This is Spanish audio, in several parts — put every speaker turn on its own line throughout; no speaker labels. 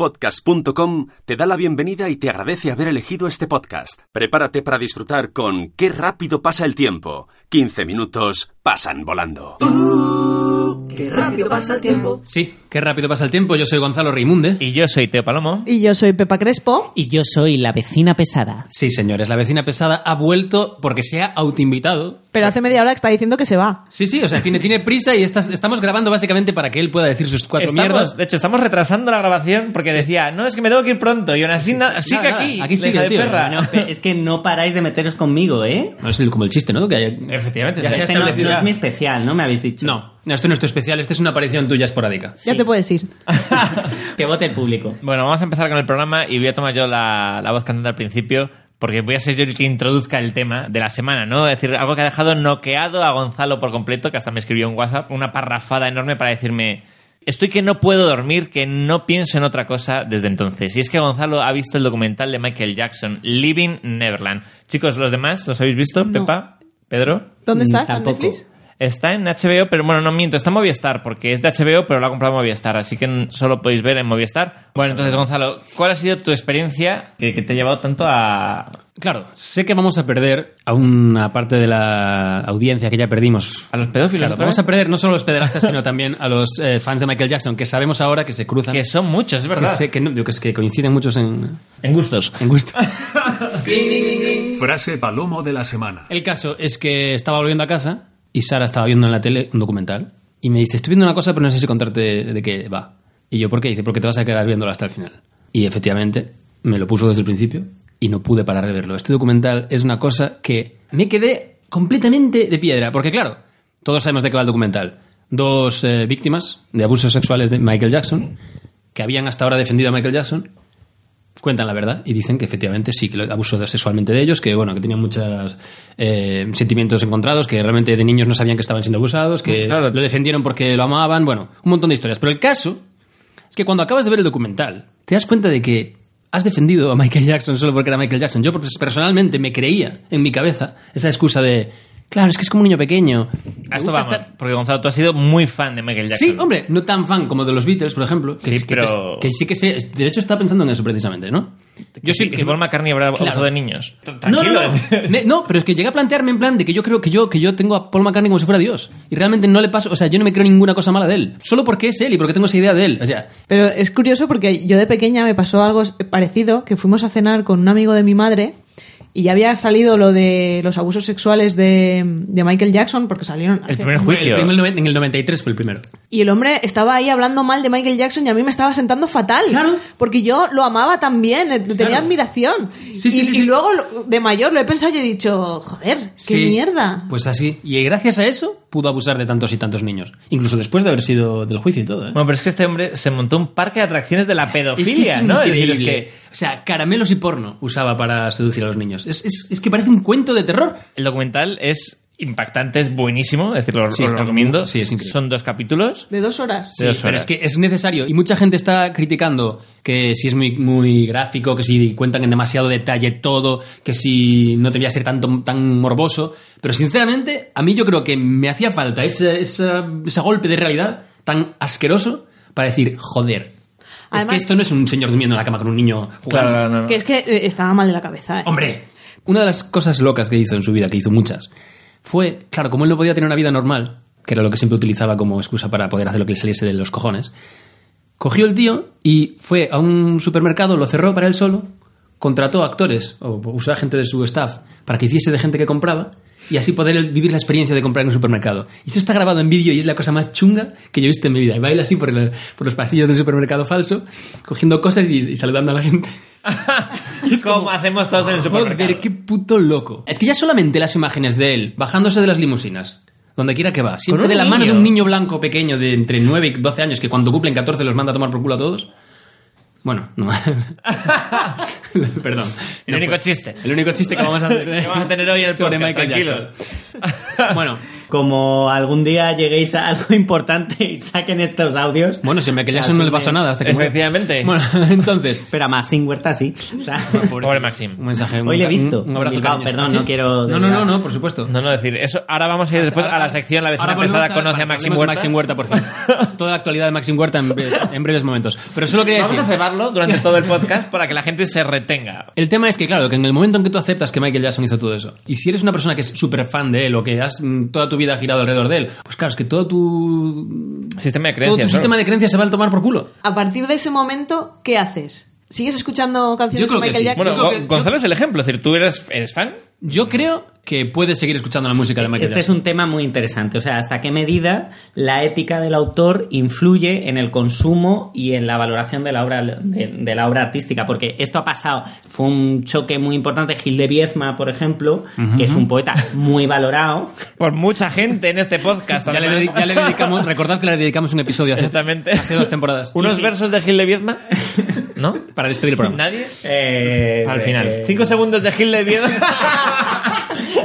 Naciónpodcast.com te da la bienvenida y te agradece haber elegido este podcast. Prepárate para disfrutar con Qué rápido pasa el tiempo. 15 minutos pasan volando.
Qué rápido pasa el tiempo.
Sí, qué rápido pasa el tiempo. Yo soy Gonzalo Reimunde.
Y yo soy Teo Palomo.
Y yo soy Pepa Crespo.
Y yo soy la vecina pesada.
Sí, señores, la vecina pesada ha vuelto porque se ha autoinvitado.
Pero hace media hora que está diciendo que se va.
Sí, sí, o sea, tiene, tiene prisa y estas- estamos grabando básicamente para que él pueda decir sus cuatro
Estamos-
mierdas.
De hecho, estamos retrasando la grabación porque decía, no, es que me tengo que ir pronto. Y aún así, nada, sigue
Nada,
aquí.
aquí
la
sigue,
hija de
tío.
perra.
No,
Es que no paráis de meteros conmigo, ¿eh?
No, es el- como el chiste, ¿no? Que hay-
Efectivamente,
Ya se ha
Este no,
establecido.
no
ya.
es mi especial, ¿no? Me habéis dicho.
No, no, esto no es tu especial, esta es una aparición tuya esporádica.
Ya te puedes ir.
que vote el público.
Bueno, vamos a empezar con el programa y voy a tomar yo la, la voz cantante al principio porque voy a ser yo el que introduzca el tema de la semana, ¿no? Es decir, algo que ha dejado noqueado a Gonzalo por completo, que hasta me escribió en WhatsApp una parrafada enorme para decirme estoy que no puedo dormir, que no pienso en otra cosa desde entonces. Y es que Gonzalo ha visto el documental de Michael Jackson, Living Neverland. Chicos, ¿los demás los habéis visto? Pepa, Pedro.
¿Dónde
Mm,
estás? ¿En
tampoco.
Netflix?
Está en HBO, pero bueno, no miento, está en Movistar, porque es de HBO, pero lo ha comprado Movistar, así que n- solo podéis ver en Movistar. Bueno, entonces, Gonzalo, ¿cuál ha sido tu experiencia que, que te ha llevado tanto a...
Claro, sé que vamos a perder a una parte de la audiencia que ya perdimos.
A ¿eh? los pedófilos,
Claro,
otra
vamos
vez?
a perder no solo a los pederastas, sino también a los eh, fans de Michael Jackson, que sabemos ahora que se cruzan.
Que son muchos, es
que,
verdad.
sé- que no- yo que es que coinciden muchos en,
En gustos.
en gusto.
Frase palomo de la semana.
El caso es que estaba volviendo a casa y Sara estaba viendo en la tele un documental y me dice, estoy viendo una cosa pero no sé si contarte de, de qué va. Y yo, ¿por qué? Dice, porque te vas a quedar viéndolo hasta el final. Y efectivamente me lo puso desde el principio y no pude parar de verlo. Este documental es una cosa que me quedé completamente de piedra, porque claro, todos sabemos de qué va el documental. Dos eh, víctimas de abusos sexuales de Michael Jackson, que habían hasta ahora defendido a Michael Jackson, cuentan la verdad y dicen que efectivamente sí, que lo- abusó sexualmente de ellos, que bueno, que tenían muchos sentimientos encontrados, que realmente de niños no sabían que estaban siendo abusados, que
Claro.
lo defendieron porque lo amaban, bueno, un montón de historias. Pero el caso es que cuando acabas de ver el documental, te das cuenta de que has defendido a Michael Jackson solo porque era Michael Jackson. Yo pues, personalmente me creía en mi cabeza esa excusa de, claro, es que es como un niño pequeño.
A
Me gusta
esto vamos,
estar-
porque Gonzalo, tú has sido muy fan de Michael Jackson.
Sí, hombre, no tan fan como de los Beatles, por ejemplo. Que,
Sí,
es- que-
pero-
que, sí que sé. De hecho, estaba pensando en eso precisamente, ¿no?
Yo sí, que si Paul McCartney habrá abusado
Claro.
de niños. Tra-
No,
Tranquilo.
no, no. Me- no, pero es que llegué a plantearme en plan de que yo creo que yo, que yo tengo a Paul McCartney como si fuera Dios. Y realmente no le paso, o sea, yo no me creo ninguna cosa mala de él. Solo porque es él y porque tengo esa idea de él. O sea,
Pero es curioso porque yo de pequeña me pasó algo parecido, que fuimos a cenar con un amigo de mi madre y ya había salido lo de los abusos sexuales de, de Michael Jackson, porque salieron...
El
hace-
primer juicio.
el primer- en el 93 fue el primero.
Y el hombre estaba ahí hablando mal de Michael Jackson y a mí me estaba sentando fatal.
Claro.
Porque yo lo amaba también, le tenía
Claro.
admiración.
Sí, sí,
y,
sí,
y
sí.
luego, lo- de mayor, lo he pensado y he dicho, joder, qué
Sí,
mierda.
Pues así. Y gracias a eso pudo abusar de tantos y tantos niños. Incluso después de haber sido del juicio y todo. ¿eh?
Bueno, pero es que este hombre se montó un parque de atracciones de la
Es
pedofilia,
que es
¿no? Es decir,
increíble.
es que
O sea, caramelos y porno usaba para seducir a los niños. Es, es- es que parece un cuento de terror.
El documental es impactante, es buenísimo, es decir, lo,
Sí,
os
está
lo recomiendo.
muy- sí, es increíble.
Son dos capítulos.
De dos horas.
Sí. dos
pero
horas.
es que es necesario. Y mucha gente está criticando que si es muy, muy gráfico, que si cuentan en demasiado detalle todo, que si no debía ser tanto, tan morboso. Pero sinceramente, a mí yo creo que me hacía falta ese, esa- ese golpe de realidad tan asqueroso para decir, joder. es
Además-
que esto no es un señor durmiendo en la cama con un niño jugando.
Que es que eh, estaba mal de la cabeza. ¿eh?
¡Hombre! Una de las cosas locas que hizo en su vida, que hizo muchas, fue, claro, como él no podía tener una vida normal, que era lo que siempre utilizaba como excusa para poder hacer lo que le saliese de los cojones, cogió el tío y fue a un supermercado, lo cerró para él solo, contrató actores o usó a gente de su staff para que hiciese de gente que compraba y así poder él vivir la experiencia de comprar en un supermercado. Y eso está grabado en vídeo y es la cosa más chunga que yo he visto en mi vida. Y baila así por, el- por los pasillos del supermercado falso, cogiendo cosas y- y saludando a la gente.
es como hacemos todos en el supermercado.
Joder, qué puto loco. Es que ya solamente las imágenes de él bajándose de las limusinas, donde quiera que va, siempre
Con
de
un
la mano de
niño.
un niño blanco pequeño de entre 9 y 12 años, que cuando cumplen 14 los manda a tomar por culo a todos. Bueno, no. Perdón.
El
No
único
fue.
chiste.
El único chiste que vamos a hacer.
Que vamos a tener hoy en el
sobre
podcast,
Michael
tranquilo.
Jackson. bueno,
como algún día lleguéis a algo importante y saquen estos audios.
Bueno, si a Michael Jackson no le pasó nada hasta que muere.
Efectivamente.
Bueno, entonces,
Pero a Maxim Huerta sí. O sea,
pobre, Maxim.
un mensaje.
Hoy le he visto.
Un, un abrazo,
Bilbao,
cariños.
perdón,
¿Ah,
no quiero
No, no, no,
desviar.
no, por supuesto.
No, no, decir, eso. Ahora vamos a ir después a la sección La vecina
Ahora volvemos
pesada
a-
conoce a
hablemos
Maxim
de
Huerta.
Maxim Huerta, por favor. Toda la actualidad de Maxim Huerta en, breves- en breves momentos. Pero solo quería
Vamos
decir...
a cebarlo durante todo el podcast para que la gente se retenga.
El tema es que, claro, que en el momento en que tú aceptas que Michael Jackson hizo todo eso, y si eres una persona que es súper fan de él o que has mm, toda tu vida girado alrededor de él, pues claro, es que todo tu,
Sistema de
todo tu
creencias.
sistema
claro.
de creencias se va a tomar por culo.
A partir de ese momento, ¿qué haces? ¿Sigues escuchando
Yo
canciones de
creo que
Michael
sí.
Jackson?
Bueno,
Yo creo
Go-
que-
Gonzalo es el ejemplo. Es decir, tú eres, eres fan.
Yo creo que puedes seguir escuchando la música de Michael
Este es
Jackson.
un tema muy interesante, o sea, hasta qué medida la ética del autor influye en el consumo y en la valoración de la obra de, de la obra artística, porque esto ha pasado, fue un choque muy importante. Gil de Viezma, por ejemplo, que es un poeta muy valorado,
Por mucha gente en este podcast.
Ya le,
además.
dedi- ya le dedicamos, recordad que le dedicamos un episodio hace,
Exactamente.
hace dos temporadas.
Unos versos de Gil de Viezma. ¿No?
Para despedir el programa.
¿Nadie?
eh,
Al final.
eh,
Cinco segundos de Gil de Viezma.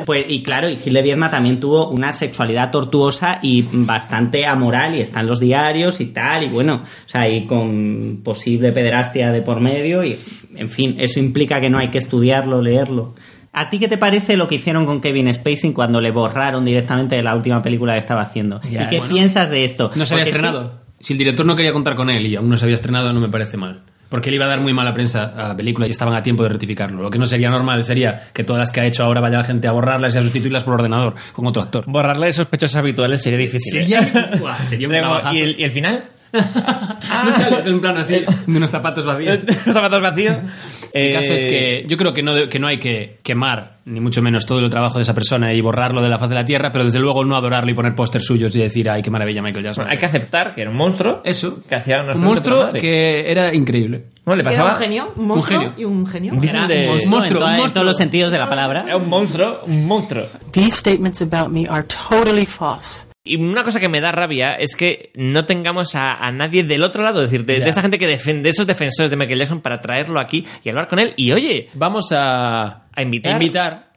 Pues, y claro, y Gil de Viezma también tuvo una sexualidad tortuosa y bastante amoral, y está en los diarios y tal, y bueno, o sea, y con posible pederastia de por medio, y en fin, eso implica que no hay que estudiarlo, leerlo. ¿A ti qué te parece lo que hicieron con Kevin Spacey cuando le borraron directamente de la última película que estaba haciendo?
Ya,
¿Y qué
bueno.
piensas de esto?
No se había
Porque es que-
estrenado. Si el director no quería contar con él y aún no se había estrenado, no me parece mal. Porque él iba a dar muy mala prensa a la película y estaban a tiempo de rectificarlo. Lo que no sería normal sería que todas las que ha hecho ahora vaya la gente a borrarlas y a sustituirlas por ordenador con otro actor.
Borrarle de sospechosos habituales sería difícil. ¿eh?
Buah, sería un
Luego,
trabajazo.
¿y, el, ¿Y el final?
No sales en plan así, de unos zapatos vacíos.
Los zapatos vacíos.
El caso
Eh,
es que yo creo que no, de- que no hay que quemar, ni mucho menos, todo el trabajo de esa persona y borrarlo de la faz de la tierra, pero desde luego no adorarlo y poner pósters suyos y decir, ay, qué maravilla Michael Jackson.
Bueno, hay que aceptar que era un monstruo.
Eso.
Que hacía unos
Un
trucos de puta
monstruo
madre.
que era increíble.
Bueno, le
Que era
pasaba.
un genio, un monstruo
genio.
y un genio.
Bien.
Era un
de-
monstruo, en,
monstruo,
toda- eh, en
monstruo.
todos los sentidos de la palabra.
Era un monstruo, un monstruo.
These statements about me are totally false.
Y una cosa que me da rabia es que no tengamos a, a nadie del otro lado, es decir, de,
Ya.
de esta gente que defiende, de esos defensores de Michael Jackson para traerlo aquí y hablar con él. Y oye,
Vamos a,
A invitar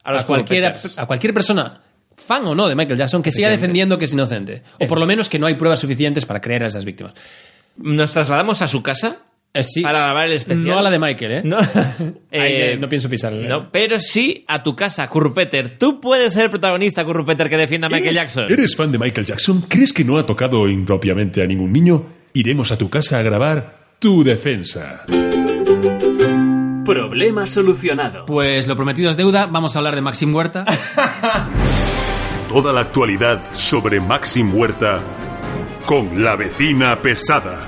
a,
a los
cualquiera,
cubopetas.
a cualquier persona, fan o no de Michael Jackson, que siga defendiendo que es inocente. O por lo menos que no hay pruebas suficientes para creer a esas víctimas.
nos trasladamos a su casa
Eh, sí.
para grabar el especial.
No a la de Michael, ¿eh?
No,
Ahí
Eh,
le- no pienso pisarle. ¿eh?
No, pero sí a tu casa, Currupeter. Tú puedes ser el protagonista, Currupeter, que defienda a Michael
¿Eres-
Jackson.
¿Eres fan de Michael Jackson? ¿Crees que no ha tocado impropiamente a ningún niño? Iremos a tu casa a grabar tu defensa.
Problema solucionado.
Pues lo prometido es deuda. Vamos a hablar de Maxim Huerta.
Toda la actualidad sobre Maxim Huerta con la vecina pesada.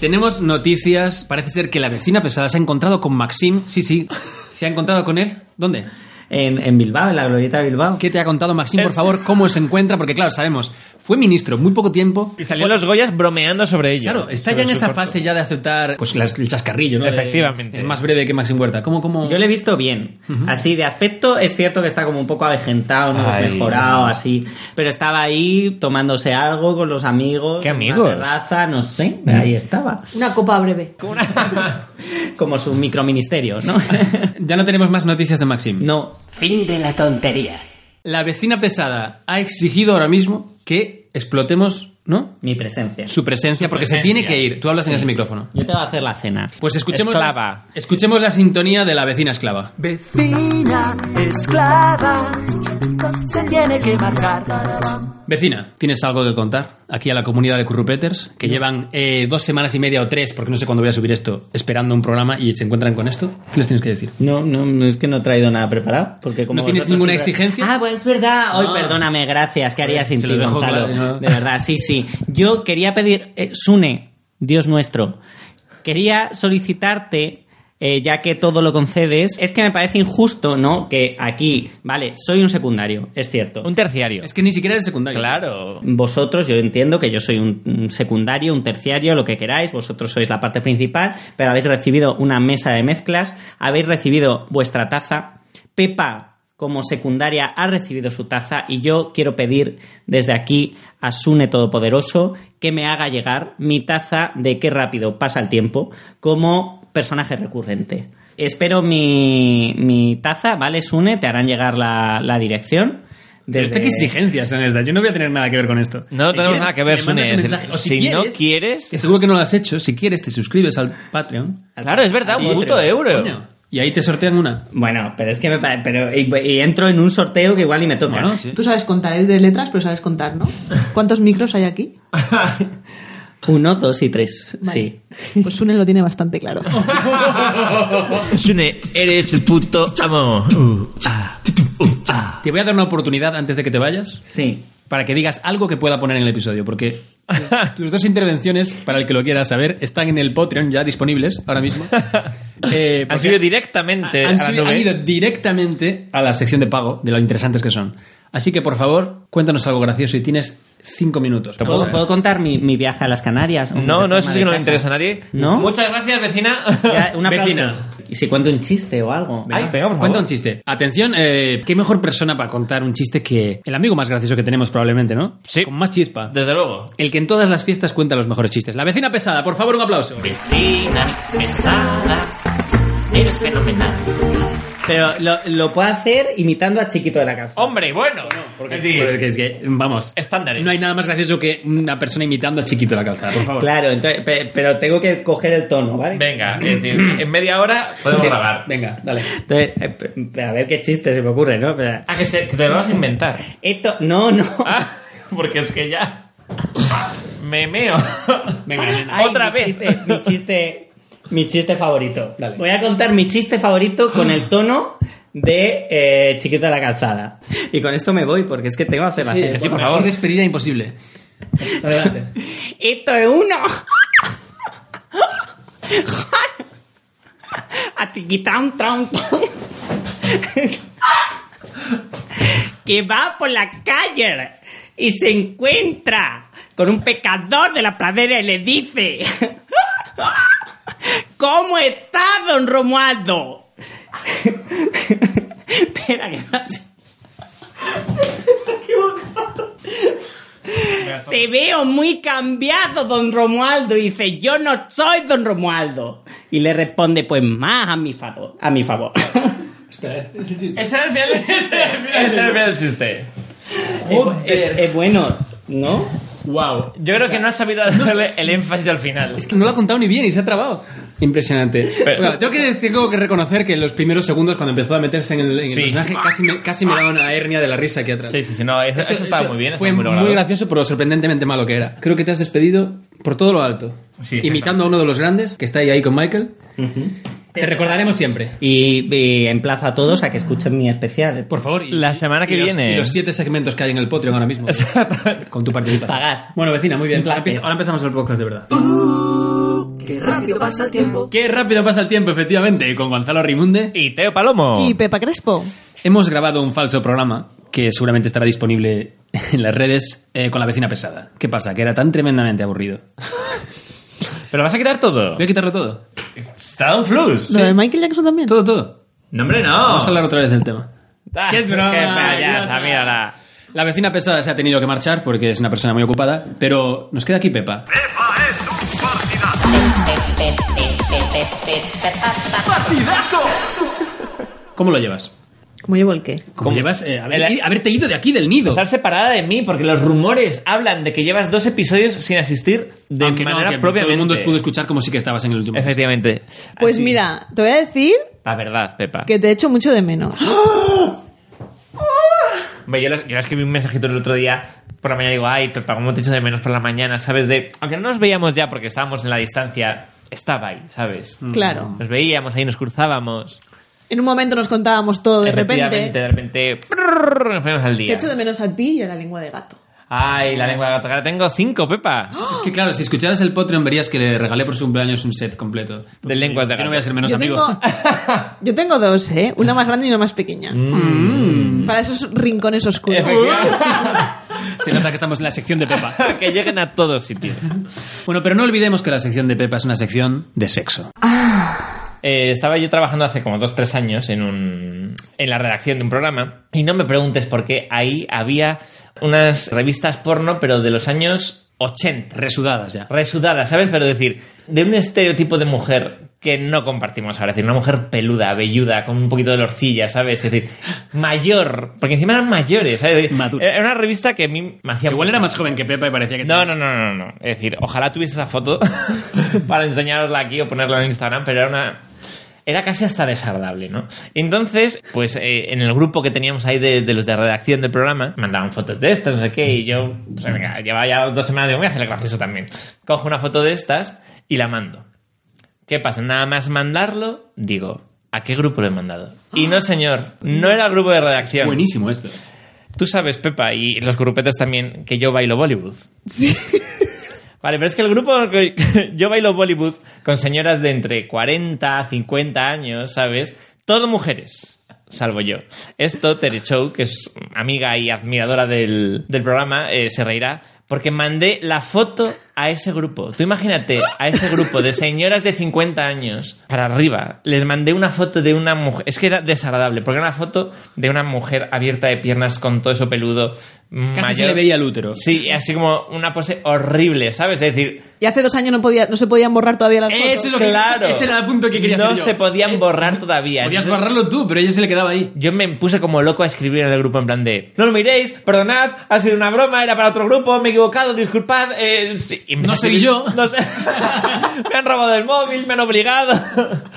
Tenemos noticias. Parece ser que la vecina pesada se ha encontrado con Maxim. Sí, sí. ¿Se ha encontrado con él? ¿Dónde?
En, en Bilbao, en la glorieta de Bilbao.
¿Qué te ha contado Maxim, por favor? ¿Cómo se encuentra? Porque claro, sabemos, fue ministro muy poco tiempo.
Y salieron los Goyas bromeando sobre ello.
Claro, está ya en esa fase ya de aceptar pues las- el chascarrillo, ¿no? De-
Efectivamente.
es más breve que Maxim Huerta. ¿Cómo, cómo?
Yo le he visto bien. Así de aspecto, es cierto que está como un poco avejentado, no
Ay.
mejorado, así. Pero estaba ahí tomándose algo con los amigos.
¿Qué
en una
amigos?
terraza, no sé. Ahí estaba.
Una copa breve.
Como su microministerio, ¿no?
Ya no tenemos más noticias de Maxim.
no.
Fin de la tontería.
La vecina pesada ha exigido ahora mismo que explotemos, ¿no?
Mi presencia.
Su presencia, porque se
presencia.
tiene que ir. Tú hablas en ese micrófono.
Yo te voy a hacer la cena.
Pues escuchemos,
Esclava.
las- escuchemos la sintonía de la vecina esclava.
Vecina, esclava, se tiene que marchar.
Vecina, ¿tienes algo que contar? Aquí a la comunidad de Currupeters, que llevan eh, dos semanas y media o tres, porque no sé cuándo voy a subir esto, esperando un programa y se encuentran con esto. ¿Qué les tienes que decir?
No, no, no, es que no he traído nada preparado. Porque como
¿No tienes
vosotros
ninguna
siempre-
exigencia?
Ah, pues es verdad. Hoy,
Ah.
perdóname, gracias. ¿Qué haría
Joder,
sin
se
ti,
lo dejo
Gonzalo?
claro, ¿no?
De verdad, sí, sí. Yo quería pedir, eh, Sune, Dios nuestro, quería solicitarte. eh, ya que todo lo concedes, es que me parece injusto, ¿no? Que aquí, vale, soy un secundario, es cierto.
Un terciario.
Es que ni siquiera es secundario.
Claro.
Vosotros, yo entiendo que yo soy un, un secundario, un terciario, lo que queráis, vosotros sois la parte principal, pero habéis recibido una mesa de mezclas, habéis recibido vuestra taza. Pepa, como secundaria, ha recibido su taza y yo quiero pedir desde aquí a Sune Todopoderoso que me haga llegar mi taza de qué rápido pasa el tiempo como personaje recurrente. Espero mi, mi taza, ¿vale? Sune, te harán llegar la, la dirección.
Pero este, ¿Qué exigencias son estas? Yo no voy a tener nada que ver con esto.
No tenemos nada que ver,
me mandas
Sune.
un
Es decir,
mensaje. O
si no quieres-
Que seguro que no lo has hecho. Si quieres, te suscribes al Patreon.
Claro, es verdad, un
Adiós.
puto euro.
Coño, y ahí te sortean una.
Bueno, pero es que me pare- pero y, y entro en un sorteo que igual y me toca.
Bueno, sí.
Tú sabes contar, eres de letras, pero sabes contar, ¿no? ¿Cuántos micros hay aquí?
Uno, dos y tres. Sí.
Vale. Pues Sune lo tiene bastante claro.
Sune, eres el puto amo.
Te voy a dar una oportunidad antes de que te vayas
Sí.
para que digas algo que pueda poner en el episodio, porque tus dos intervenciones, para el que lo quiera saber, están en el Patreon ya disponibles ahora mismo. Eh,
Han
porque
subido directamente
han
a la
subido-
nube.
han ido directamente a la sección de pago de lo interesantes que son. Así que, por favor, cuéntanos algo gracioso y tienes cinco minutos. Vamos a
¿Puedo,
ver.
puedo contar mi, mi viaje a las Canarias?
No, no, eso sí que no
me
le interesa a nadie.
¿No?
Muchas gracias, vecina.
una
vecina.
Y si cuento un chiste o algo.
Venga,
Ay,
cuenta un chiste. Atención, eh, qué mejor persona para contar un chiste que el amigo más gracioso que tenemos probablemente, ¿no?
Sí.
Con más chispa.
Desde luego.
El que en todas las fiestas cuenta los mejores chistes. La vecina pesada, por favor, un aplauso.
Pero lo, lo puedo hacer imitando a Chiquito de la Caza.
Hombre, bueno. Es decir,
Porque es que, vamos,
Estándares.
no hay nada más gracioso que una persona imitando a Chiquito de la calzada, por favor.
Claro, entonces, pe- pero tengo que coger el tono, ¿vale?
Venga, es decir, en media hora podemos grabar.
Venga, dale.
Entonces, eh, pe- pe- a ver qué chiste se me ocurre, ¿no? Pero-
Ah, que, se- que te lo vas a inventar.
Esto, no, no.
Ah, porque es que ya. Me meo.
Venga, nena.
Ay,
Otra
mi
vez.
chiste, mi chiste, mi chiste favorito.
Dale.
Voy a contar mi chiste favorito con el tono de eh, Chiquito de la Calzada. Y con esto me voy porque es que tengo que hacer la
Sí,
cena.
por favor. Mejor despedida imposible. Adelante.
Esto es uno. A tiquitán, tran, tran. Que va por la calle y se encuentra con un pecador de la pradera y le dice: ¿Cómo está, don Romualdo? Espera, que pase. Te veo muy cambiado, don Romualdo. Y dice, yo no soy don Romualdo. Y le responde, pues más a mi favor. A mi favor.
Ese era el final del chiste. Ese era Este el final del chiste.
este Es, es bueno, ¿no?
Wow. Yo creo que no has sabido darle el énfasis al final.
Es que no lo ha contado ni bien y se ha trabado. Impresionante.
Pero-
Bueno, tengo, que, tengo que reconocer que en los primeros segundos, cuando empezó a meterse en el, en el
Sí.
personaje, casi me, casi me daba una hernia de la risa aquí atrás.
Sí, sí, sí. No, eso, eso estaba
Eso
muy bien.
Fue
estaba muy,
muy,
logrado.
gracioso, pero sorprendentemente malo que era. Creo que te has despedido por todo lo alto.
Sí,
imitando a uno de los grandes, que está ahí, ahí con Michael. Te recordaremos siempre.
Y, y emplazo a todos a que escuchen mi especial.
Por favor. y-
La semana que
y los-
viene.
y los siete segmentos que hay en el Patreon ahora mismo. con tu participación.
Pagad.
Bueno, vecina, muy bien. Ahora
Eh,
empieza- ahora empezamos el podcast de verdad.
Qué rápido pasa el tiempo.
Qué rápido pasa el tiempo, efectivamente, con Gonzalo Rimunde.
Y Teo Palomo.
Y Pepa Crespo.
Hemos grabado un falso programa que seguramente estará disponible en las redes eh, con la vecina pesada. ¿Qué pasa? Que era tan tremendamente aburrido.
Pero vas a quitar todo.
Voy a quitarlo todo.
Está un flux.
Lo de Michael Jackson también.
Todo, todo.
No, hombre, no.
Vamos a hablar otra vez del tema.
Ah,
¡Qué es broma,
qué payasa,
idiota!
mírala.
La vecina pesada se ha tenido que marchar porque es una persona muy ocupada, pero nos queda aquí Pepa. ¿Cómo lo llevas?
¿Cómo llevo el qué?
¿Cómo,
¿Cómo?
llevas eh, haber-
El-
haberte ido de aquí, del nido?
Estar separada de mí porque los rumores hablan de que llevas dos episodios sin asistir de
Aunque no,
manera
que
propia.
Todo el mundo os pudo escuchar como sí que estabas en el último.
Efectivamente.
Pues
Así.
mira, te voy a decir
La verdad, Pepa.
que te echo mucho de menos.
Hombre, Yo, le- yo le escribí un mensajito el otro día por la mañana digo, ay, Pepa, ¿cómo te echo de menos por la mañana? ¿Sabes? De, aunque no nos veíamos ya porque estábamos en la distancia, estaba ahí, ¿sabes?
Claro.
Nos veíamos, ahí nos cruzábamos.
En un momento nos contábamos todo de
Efectivamente,
repente.
De repente, prrr, nos ponemos al
Te
día.
echo de menos a ti y a la lengua de gato.
Ay, la lengua de gato. Ahora tengo cinco, Pepa.
Es que claro, si escucharas el Patreon verías que le regalé por su cumpleaños un set completo.
De lenguas de
Yo
gato.
no voy a ser menos
Yo
amigo.
tengo, yo tengo dos, ¿eh? Una más grande y una más pequeña. Mm. Para esos rincones oscuros.
Se nota que estamos en la sección de Pepa.
que lleguen a todos sitios.
Bueno, pero no olvidemos que la sección de Pepa es una sección de sexo.
Ah. Eh, estaba yo trabajando hace como dos, tres años en, un, en la redacción de un programa y no me preguntes por qué ahí había unas revistas porno, pero de los años 80,
Resudadas ya.
resudadas, ¿sabes? Pero decir, de un estereotipo de mujer que no compartimos ahora. Es decir, una mujer peluda, velluda, con un poquito de lorcilla, ¿sabes? Es decir, mayor. Porque encima eran mayores, ¿sabes?
Madura.
Era una revista que a mí me hacía.
Igual
mucha
era más joven que Pepa y parecía que...
no, no, no, no, no. Es decir, ojalá tuviese esa foto para enseñarosla aquí o ponerla en Instagram, pero era una. Era casi hasta desagradable, ¿no? Entonces, pues eh, en el grupo que teníamos ahí de, de los de redacción del programa, mandaban fotos de estas, no sé qué, y yo, pues venga, llevaba ya dos semanas, digo, voy a hacerle gracioso también. Cojo una foto de estas y la mando. ¿Qué pasa? Nada más mandarlo, digo, ¿a qué grupo lo he mandado? Y no, señor, no era el grupo de redacción.
Buenísimo esto.
Tú sabes, Pepa, y los grupetes también, que yo bailo Bollywood. Sí. Vale, pero es que el grupo que yo bailo Bollywood con señoras de entre 40 a 50 años, ¿sabes? Todo mujeres, salvo yo. Esto, Tere Chow, que es amiga y admiradora del, del programa, eh, se reirá porque mandé la foto a ese grupo. Tú imagínate, a ese grupo de señoras de 50 años para arriba, les mandé una foto de una mujer. Es que era desagradable, porque era una foto de una mujer abierta de piernas con todo eso peludo.
Casi se le veía el útero.
Sí, así como una pose horrible, ¿sabes? Es decir,
Y hace dos años no, podía, no se podían borrar todavía las fotos.
Eso es lo que-
claro,
ese era el punto que quería
no
hacer yo. Eh,
se podían borrar todavía.
Podías
Entonces,
barrarlo tú, pero ella se le quedaba ahí.
Yo me puse como loco a escribir en el grupo en plan de No lo miréis, perdonad, ha sido una broma, era para otro grupo, me he equivocado, disculpad. eh, sí". Y empecé
No
a
soy
escribir,
yo.
"No sé". me han robado el móvil, me han obligado.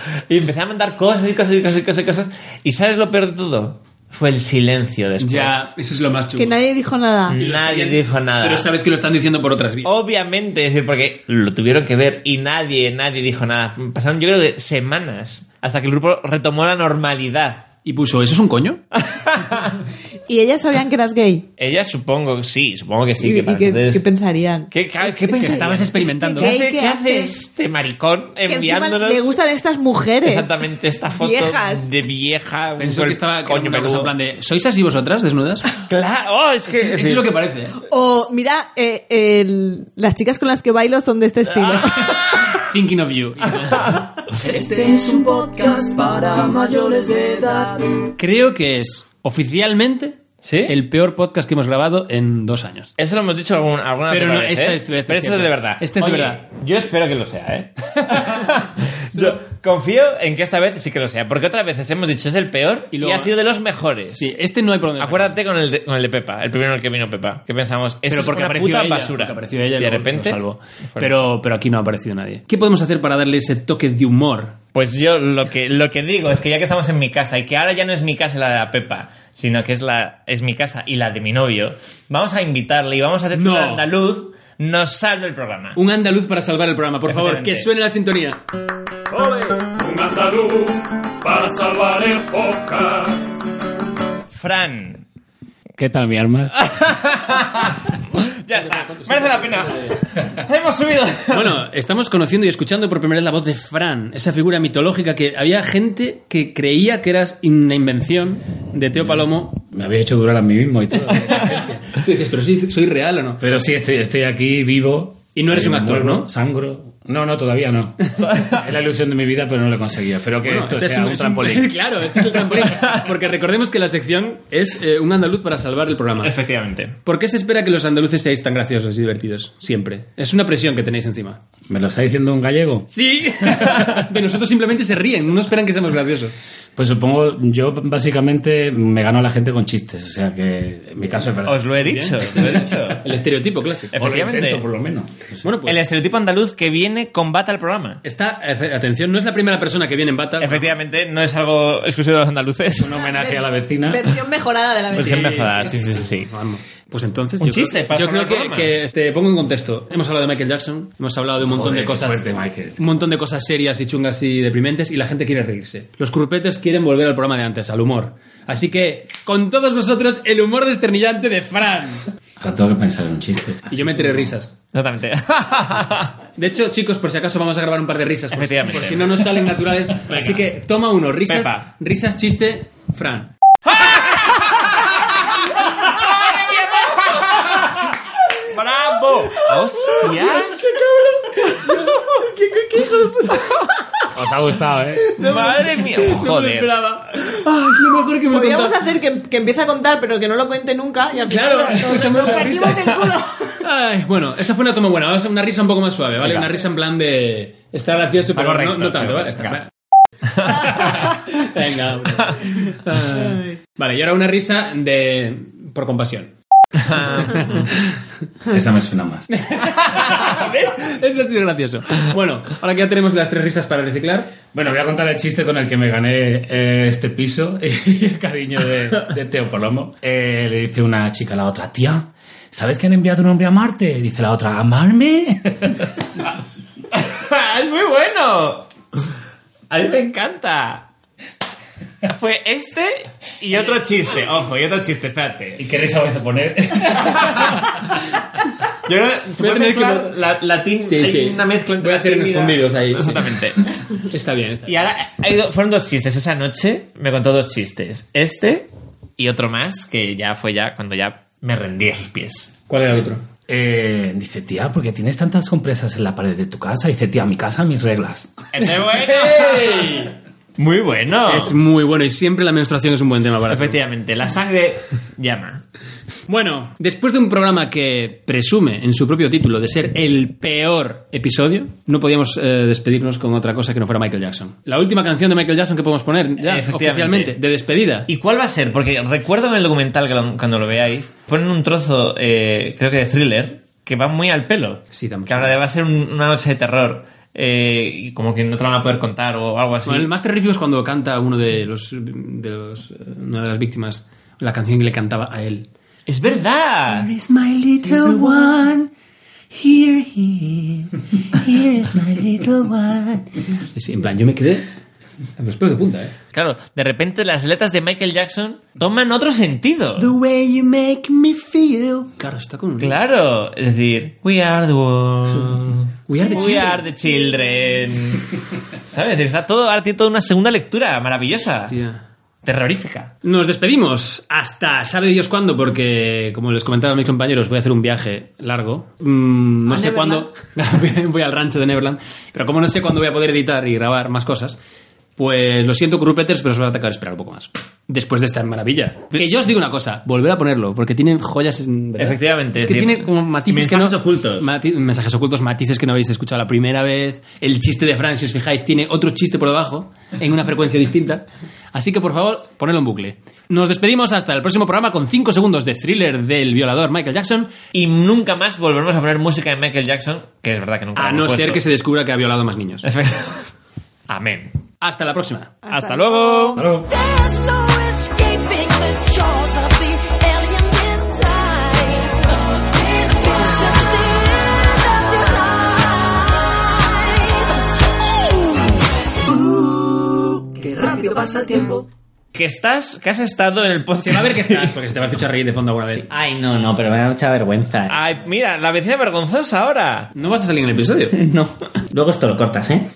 y empecé a mandar cosas y cosas y cosas y cosas y cosas. ¿Y sabes lo peor de todo? Fue el silencio después.
Ya, eso es lo más chulo.
Que nadie dijo nada.
Nadie dijo nada. Oh.
Pero sabes que lo están diciendo por otras vías.
Obviamente, es decir, porque lo tuvieron que ver y nadie, nadie dijo nada. Pasaron yo creo que semanas hasta que el grupo retomó la normalidad.
Y puso, ¿eso es un coño?
Ah,
Y ellas sabían que eras gay.
Ella supongo, sí, supongo que sí.
y,
que
y
para
que-
entonces-
que pensarían.
¿Qué, qué- qué pensarías?
estabas experimentando.
¿Qué, hace-
¿Qué- qué
qué hace
hace?
este maricón
Que encima
enviándonos
le gustan estas mujeres.
exactamente esta foto
Viejas.
de vieja?
Pensó
con
que
el
estaba con
coño
una cosa en
peludo?
plan de, ¿sois así vosotras, desnudas?
Claro, oh, es que...
Eso es lo que parece. ¿eh?
O mira, eh, el- las chicas con las que bailo son de este estilo.
Ah. Thinking of you.
Este es un podcast para mayores de edad.
Creo que es oficialmente
¿Sí?
el peor podcast que hemos grabado en dos años.
Eso lo hemos dicho algún- alguna
Pero
otra
no,
vez,
esta
¿eh?
es- esta es
Pero esto es
cierta.
de verdad.
Esta es de
Oye,
verdad.
Yo espero que lo sea, ¿eh? yo confío en que esta vez sí que lo sea, porque otras veces hemos dicho es el peor
Y
y,
luego-
ha sido de los mejores.
Sí, este no hay por dónde.
Acuérdate con el, de, con el de Pepa, el primero en el que vino Pepa, que pensamos, "Esto
pero
es
porque
una
apareció
puta
ella,
basura.
porque apareció ella y
de
luego
repente,
lo salvó.
fuera.
Pero, pero aquí no ha aparecido nadie. ¿Qué podemos hacer para darle ese toque de humor?
Pues yo lo que, lo que digo es que ya que estamos en mi casa y que ahora ya no es mi casa la de la Pepa, sino que es, la, es mi casa y la de mi novio, vamos a invitarle y vamos a hacer que
No.
un andaluz nos salve el programa.
Un andaluz para salvar el programa, por favor, que
Efectivamente.
suene la sintonía.
Fran.
¿Qué tal, mi armas?
Ya está, merece la pena. Hemos subido.
Bueno, estamos conociendo y escuchando por primera vez la voz de Fran, esa figura mitológica que había gente que creía que era una invención de Teo Palomo.
Me había hecho durar a mí mismo y todo.
Tú dices, pero sí, soy real o no.
Pero sí, estoy, estoy aquí vivo.
Y no eres
Eh,
un actor,
muero,
¿no?
Sangro. No, no, todavía no. es la ilusión de mi vida, pero no lo conseguía. Espero que
Bueno,
esto
este es
sea un, trampolín.
claro, este es el trampolín. Porque recordemos que la sección es eh, un andaluz para salvar el programa.
Efectivamente.
¿Por qué se espera que los andaluces seáis tan graciosos y divertidos? Siempre. Es una presión que tenéis encima.
¿Me lo está diciendo un gallego?
Sí. De nosotros simplemente se ríen, no esperan que seamos graciosos.
Pues supongo, yo básicamente me gano a la gente con chistes. O sea que en mi caso es verdad.
Os lo he dicho, os lo he dicho.
El estereotipo clásico.
O lo
Efectivamente.
intento, por lo menos.
Bueno,
El
pues
estereotipo andaluz que viene combata al programa.
está, eh, atención, no es la primera persona que viene en bata.
Efectivamente, no es algo exclusivo de los andaluces.
Un homenaje a la vecina.
Versión mejorada de la
Pues
vecina.
siempre jodas, sí, sí, sí. sí.
Vamos. Pues entonces
Un
yo creo-
chiste para
yo
salvar
creo
el
que,
programa.
que, te pongo en contexto. Hemos hablado de Michael Jackson, hemos hablado de un montón
Joder,
de
qué
cosas,
fuerte, Michael.
un montón de cosas serias y chungas y deprimentes y la gente quiere reírse. Los curpetes quieren volver al programa de antes, al humor. Así que con todos vosotros el humor desternillante de Fran.
Ahora tengo que pensar en un chiste.
Y yo me tiré risas.
Exactamente.
De hecho, chicos, por si acaso vamos a grabar un par de risas. Por,
Efectivamente.
por si no nos salen naturales. Así que toma uno, risas,
Pepa.
risas, chiste, Fran.
¡Bravo! ¡Hostias!
Os ha gustado, ¿eh?
¡Madre mía! ¡Joder!
Ah, es lo mejor que me
Podríamos hacer que, que empiece a contar, pero que no lo cuente nunca. Y al final
Claro,
nos- nos
esa es la
partimos
risa.
el culo.
Ay, bueno, esa fue una toma buena. Vamos a una risa un poco más suave, ¿vale?
Venga.
Una risa en plan de. Está gracioso,
Está
pero
correcto,
no, no tanto,
sí,
¿vale? Está
venga.
claro. Venga, hombre. Ah. Vale, y ahora una risa de. por compasión.
Esa me suena más.
¿Ves? Eso ha sido gracioso. Bueno, ahora que ya tenemos las tres risas para reciclar.
Bueno, voy a contar el chiste con el que me gané eh, este piso y el cariño de, de Teo Palomo. Eh, le dice una chica a la otra, tía, ¿sabes que han enviado un hombre a Marte? Y Dice la otra, ¿amarme?
¡Es muy bueno! A mí me encanta. Fue este y otro chiste. Ojo, y otro chiste, espérate.
¿Y qué risa vais a poner?
Yo creo que se
Voy a
puede
tener que
mezclar
vol-
la, latín.
Sí, sí.
Una mezcla entre
Voy a hacer unos
latín y la-
fundidos ahí, sí.
Exactamente.
Está bien, está
Y
bien.
ahora, ha ido- fueron dos chistes. Esa noche me contó dos chistes. Este y otro más que ya fue ya cuando ya me rendí a sus pies.
¿Cuál era el otro?
Eh, dice, tía, ¿por qué tienes tantas compresas en la pared de tu casa? Dice, tía, mi casa, mis reglas.
¡Ese es bueno! Muy bueno.
Es muy bueno y siempre la menstruación es un buen tema para hacer.
Efectivamente, la sangre llama.
Bueno, después de un programa que presume en su propio título de ser el peor episodio, no podíamos eh, despedirnos con otra cosa que no fuera Michael Jackson. La última canción de Michael Jackson que podemos poner ya
Efectivamente.
oficialmente, de despedida.
¿Y cuál va a ser? Porque recuerdo en el documental, que lo- cuando lo veáis, ponen un trozo, eh, creo que de thriller, que va muy al pelo.
Sí, da mucho
Que habla de va a ser un- una noche de terror. eh, y como que no te la van a poder contar o algo así.
Bueno, el más terrorífico es cuando canta uno de los, de los- eh, una de las víctimas la canción que le cantaba a él.
¡Es verdad!
Is my little one. Hear him. Here is my little one.
Sí, en plan, yo me quedé a los pelos de punta, ¿eh?
Claro, de repente las letras de Michael Jackson toman otro sentido.
The way you make me feel.
Claro, está con un...
Claro, es decir, we are the world.
We are the children.
are the children. ¿Sabes? Es decir, Está todo, ahora tiene toda una segunda lectura maravillosa.
Tía.
Terrorífica.
Nos despedimos hasta sabe Dios cuándo, porque como les comentaba a mis compañeros, voy a hacer un viaje largo. Mm, no
¿A
sé cuándo. voy al rancho de Neverland. Pero como no sé cuándo voy a poder editar y grabar más cosas, pues lo siento, Currupeters, pero os voy a atacar esperar un poco más. Después de esta maravilla. Que yo os digo una cosa, volver a ponerlo, porque tienen joyas. en- ¿verdad?
Efectivamente,
Es que
es decir,
tiene como matices que no.
mensajes ocultos.
mati- mensajes ocultos, matices que no habéis escuchado la primera vez. El chiste de Fran, si os fijáis, tiene otro chiste por debajo, en una frecuencia distinta. Así que, por favor, ponedlo en bucle. Nos despedimos hasta el próximo programa con 5 segundos de thriller del violador Michael Jackson,
Y nunca más volveremos a poner música de Michael Jackson, que es verdad que nunca
a
lo
no
hemos
ser
puesto.
que se descubra que ha violado más niños.
Efe- Amén.
Hasta la próxima.
Hasta luego.
There's no escaping the jaws of the alien design. It's just the end of your life. Ooh, qué rápido pasa el tiempo.
Que estás, que has estado en el podcast.
Se va a ver que estás, porque se te va a escuchar reír de fondo alguna vez.
Ay, no, no, pero me da mucha vergüenza.
Ay, mira, la vecina vergonzosa ahora.
No vas a salir en el episodio.
No. Luego esto lo cortas, ¿eh?